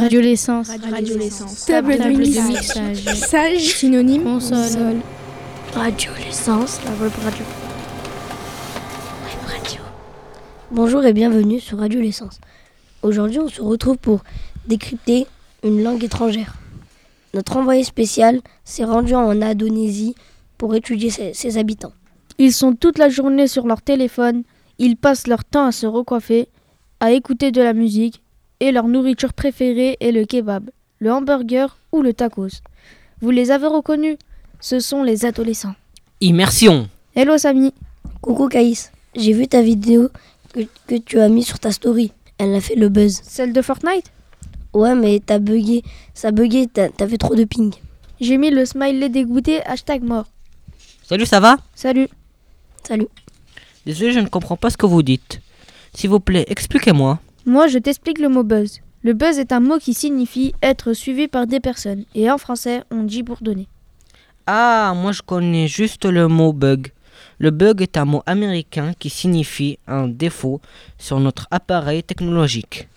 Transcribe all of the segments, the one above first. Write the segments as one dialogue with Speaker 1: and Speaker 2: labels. Speaker 1: Radiolescence.
Speaker 2: Radiolescence.
Speaker 3: Table
Speaker 1: Table
Speaker 3: de
Speaker 1: de
Speaker 3: mixage.
Speaker 1: mixage.
Speaker 2: Sage. Synonyme.
Speaker 1: Console.
Speaker 3: Radiolescence, la web radio. Web radio. Bonjour et bienvenue sur Radiolescence. Aujourd'hui, on se retrouve pour décrypter une langue étrangère. Notre envoyé spécial s'est rendu en Indonésie pour étudier ses, ses habitants.
Speaker 4: Ils sont toute la journée sur leur téléphone, ils passent leur temps à se recoiffer, à écouter de la musique, et leur nourriture préférée est le kebab, le hamburger ou le tacos. Vous les avez reconnus Ce sont les adolescents.
Speaker 5: Immersion.
Speaker 4: Hello Samy
Speaker 3: Coucou Caïs, j'ai vu ta vidéo que, que tu as mis sur ta story. Elle a fait le buzz.
Speaker 4: Celle de Fortnite
Speaker 3: Ouais, mais t'as bugué. Ça bugué, t'as t'as fait trop de ping.
Speaker 4: J'ai mis le smiley dégoûté, hashtag mort.
Speaker 5: Salut, ça va
Speaker 4: Salut
Speaker 3: Salut.
Speaker 5: Désolé, je ne comprends pas ce que vous dites. S'il vous plaît, expliquez-moi.
Speaker 4: Moi, je t'explique le mot buzz. Le buzz est un mot qui signifie être suivi par des personnes, et en français, on dit bourdonner.
Speaker 5: Ah, moi je connais juste le mot bug. Le bug est un mot américain qui signifie un défaut sur notre appareil technologique.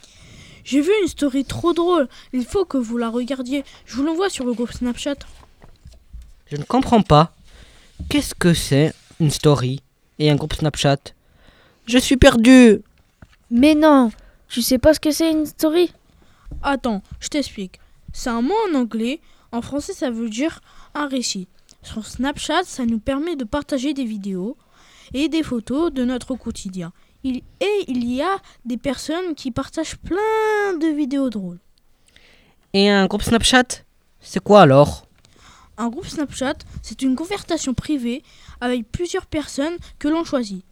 Speaker 2: J'ai vu une story trop drôle. Il faut que vous la regardiez. Je vous l'envoie sur le groupe Snapchat.
Speaker 5: Je ne comprends pas. Qu'est-ce que c'est une story et un groupe Snapchat Je suis perdu
Speaker 4: Mais non Tu sais pas ce que c'est une story
Speaker 2: Attends, je t'explique. C'est un mot en anglais. En français, ça veut dire un récit. Sur Snapchat, ça nous permet de partager des vidéos et des photos de notre quotidien. Il, et il y a des personnes qui partagent plein de vidéos drôles.
Speaker 5: Et un groupe Snapchat C'est quoi alors
Speaker 2: Un groupe Snapchat, c'est une conversation privée avec plusieurs personnes que l'on choisit.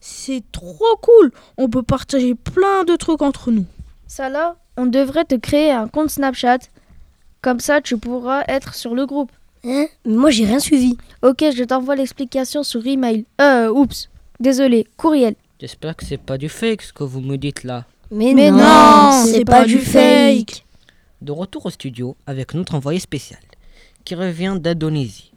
Speaker 2: C'est trop cool On peut partager plein de trucs entre nous.
Speaker 4: Ça là, on devrait te créer un compte Snapchat. Comme ça, tu pourras être sur le groupe.
Speaker 3: Hein Mais moi, j'ai rien suivi.
Speaker 4: Ok, je t'envoie l'explication sur email. Euh, oups. Désolé, courriel.
Speaker 5: J'espère que c'est pas du fake ce que vous me dites là.
Speaker 3: Mais,
Speaker 4: Mais
Speaker 3: non,
Speaker 2: non,
Speaker 3: c'est pas, du fake.
Speaker 5: De retour au studio avec notre envoyé spécial, qui revient d'Indonésie.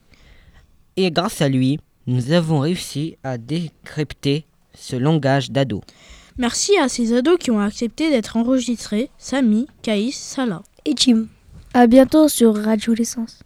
Speaker 5: Et grâce à lui, nous avons réussi à décrypter ce langage d'ado.
Speaker 2: Merci à ces ados qui ont accepté d'être enregistrés, Samy, Caïs, Salah.
Speaker 3: Et Chim.
Speaker 4: À bientôt sur Radio L'essence.